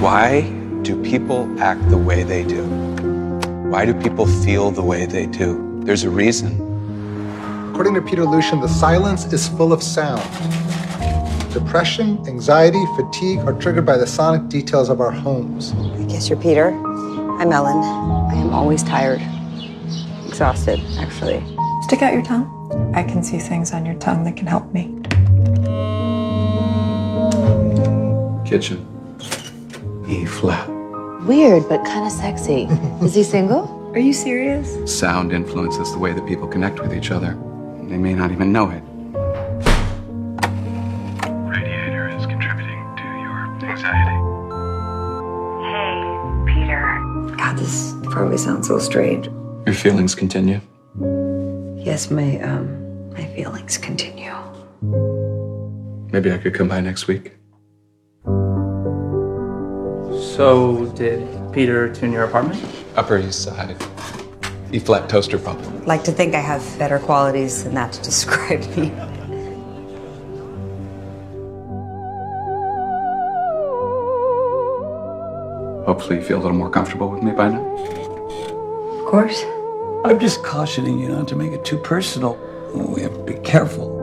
Why do people act the way they do? Why do people feel the way they do? There's a reason. According to Peter Lucian, the silence is full of sound. Depression, anxiety, fatigue are triggered by the sonic details of our homes. I guess you're Peter. I'm Ellen. I am always tired. Exhausted, actually. Stick out your tongue. I can see things on your tongue that can help me. Kitchen. E flat. Weird, but kind of sexy. Is he single? Are you serious? Sound influences the way that people connect with each other. They may not even know it. Radiator is contributing to your anxiety. Hey, Peter. God, this probably sounds so strange. Your feelings continue. Yes, my um, my feelings continue. Maybe I could come by next week. So, did Peter tune your apartment? Upper East Side. E flat toaster problem. Like to think I have better qualities than that to describe me. Hopefully, you feel a little more comfortable with me by now. Of course. I'm just cautioning you not to make it too personal. We have to be careful.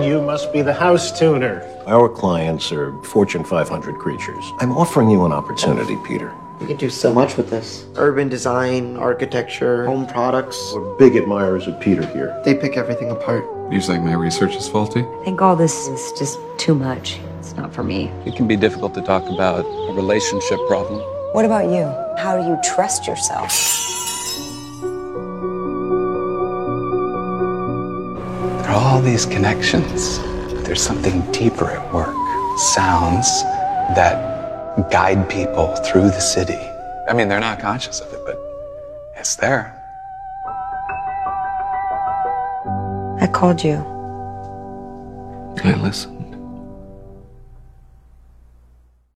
You must be the house tuner. Our clients are Fortune 500 creatures. I'm offering you an opportunity, Peter. You can do so much with this. Urban design, architecture, home products. We're big admirers of Peter here. They pick everything apart. You think my research is faulty? I think all this is just too much. It's not for me. It can be difficult to talk about a relationship problem. What about you? How do you trust yourself? There are all these connections. There's something deeper at work. Sounds that guide people through the city. I mean, they're not conscious of it, but it's there. I called you. I listen.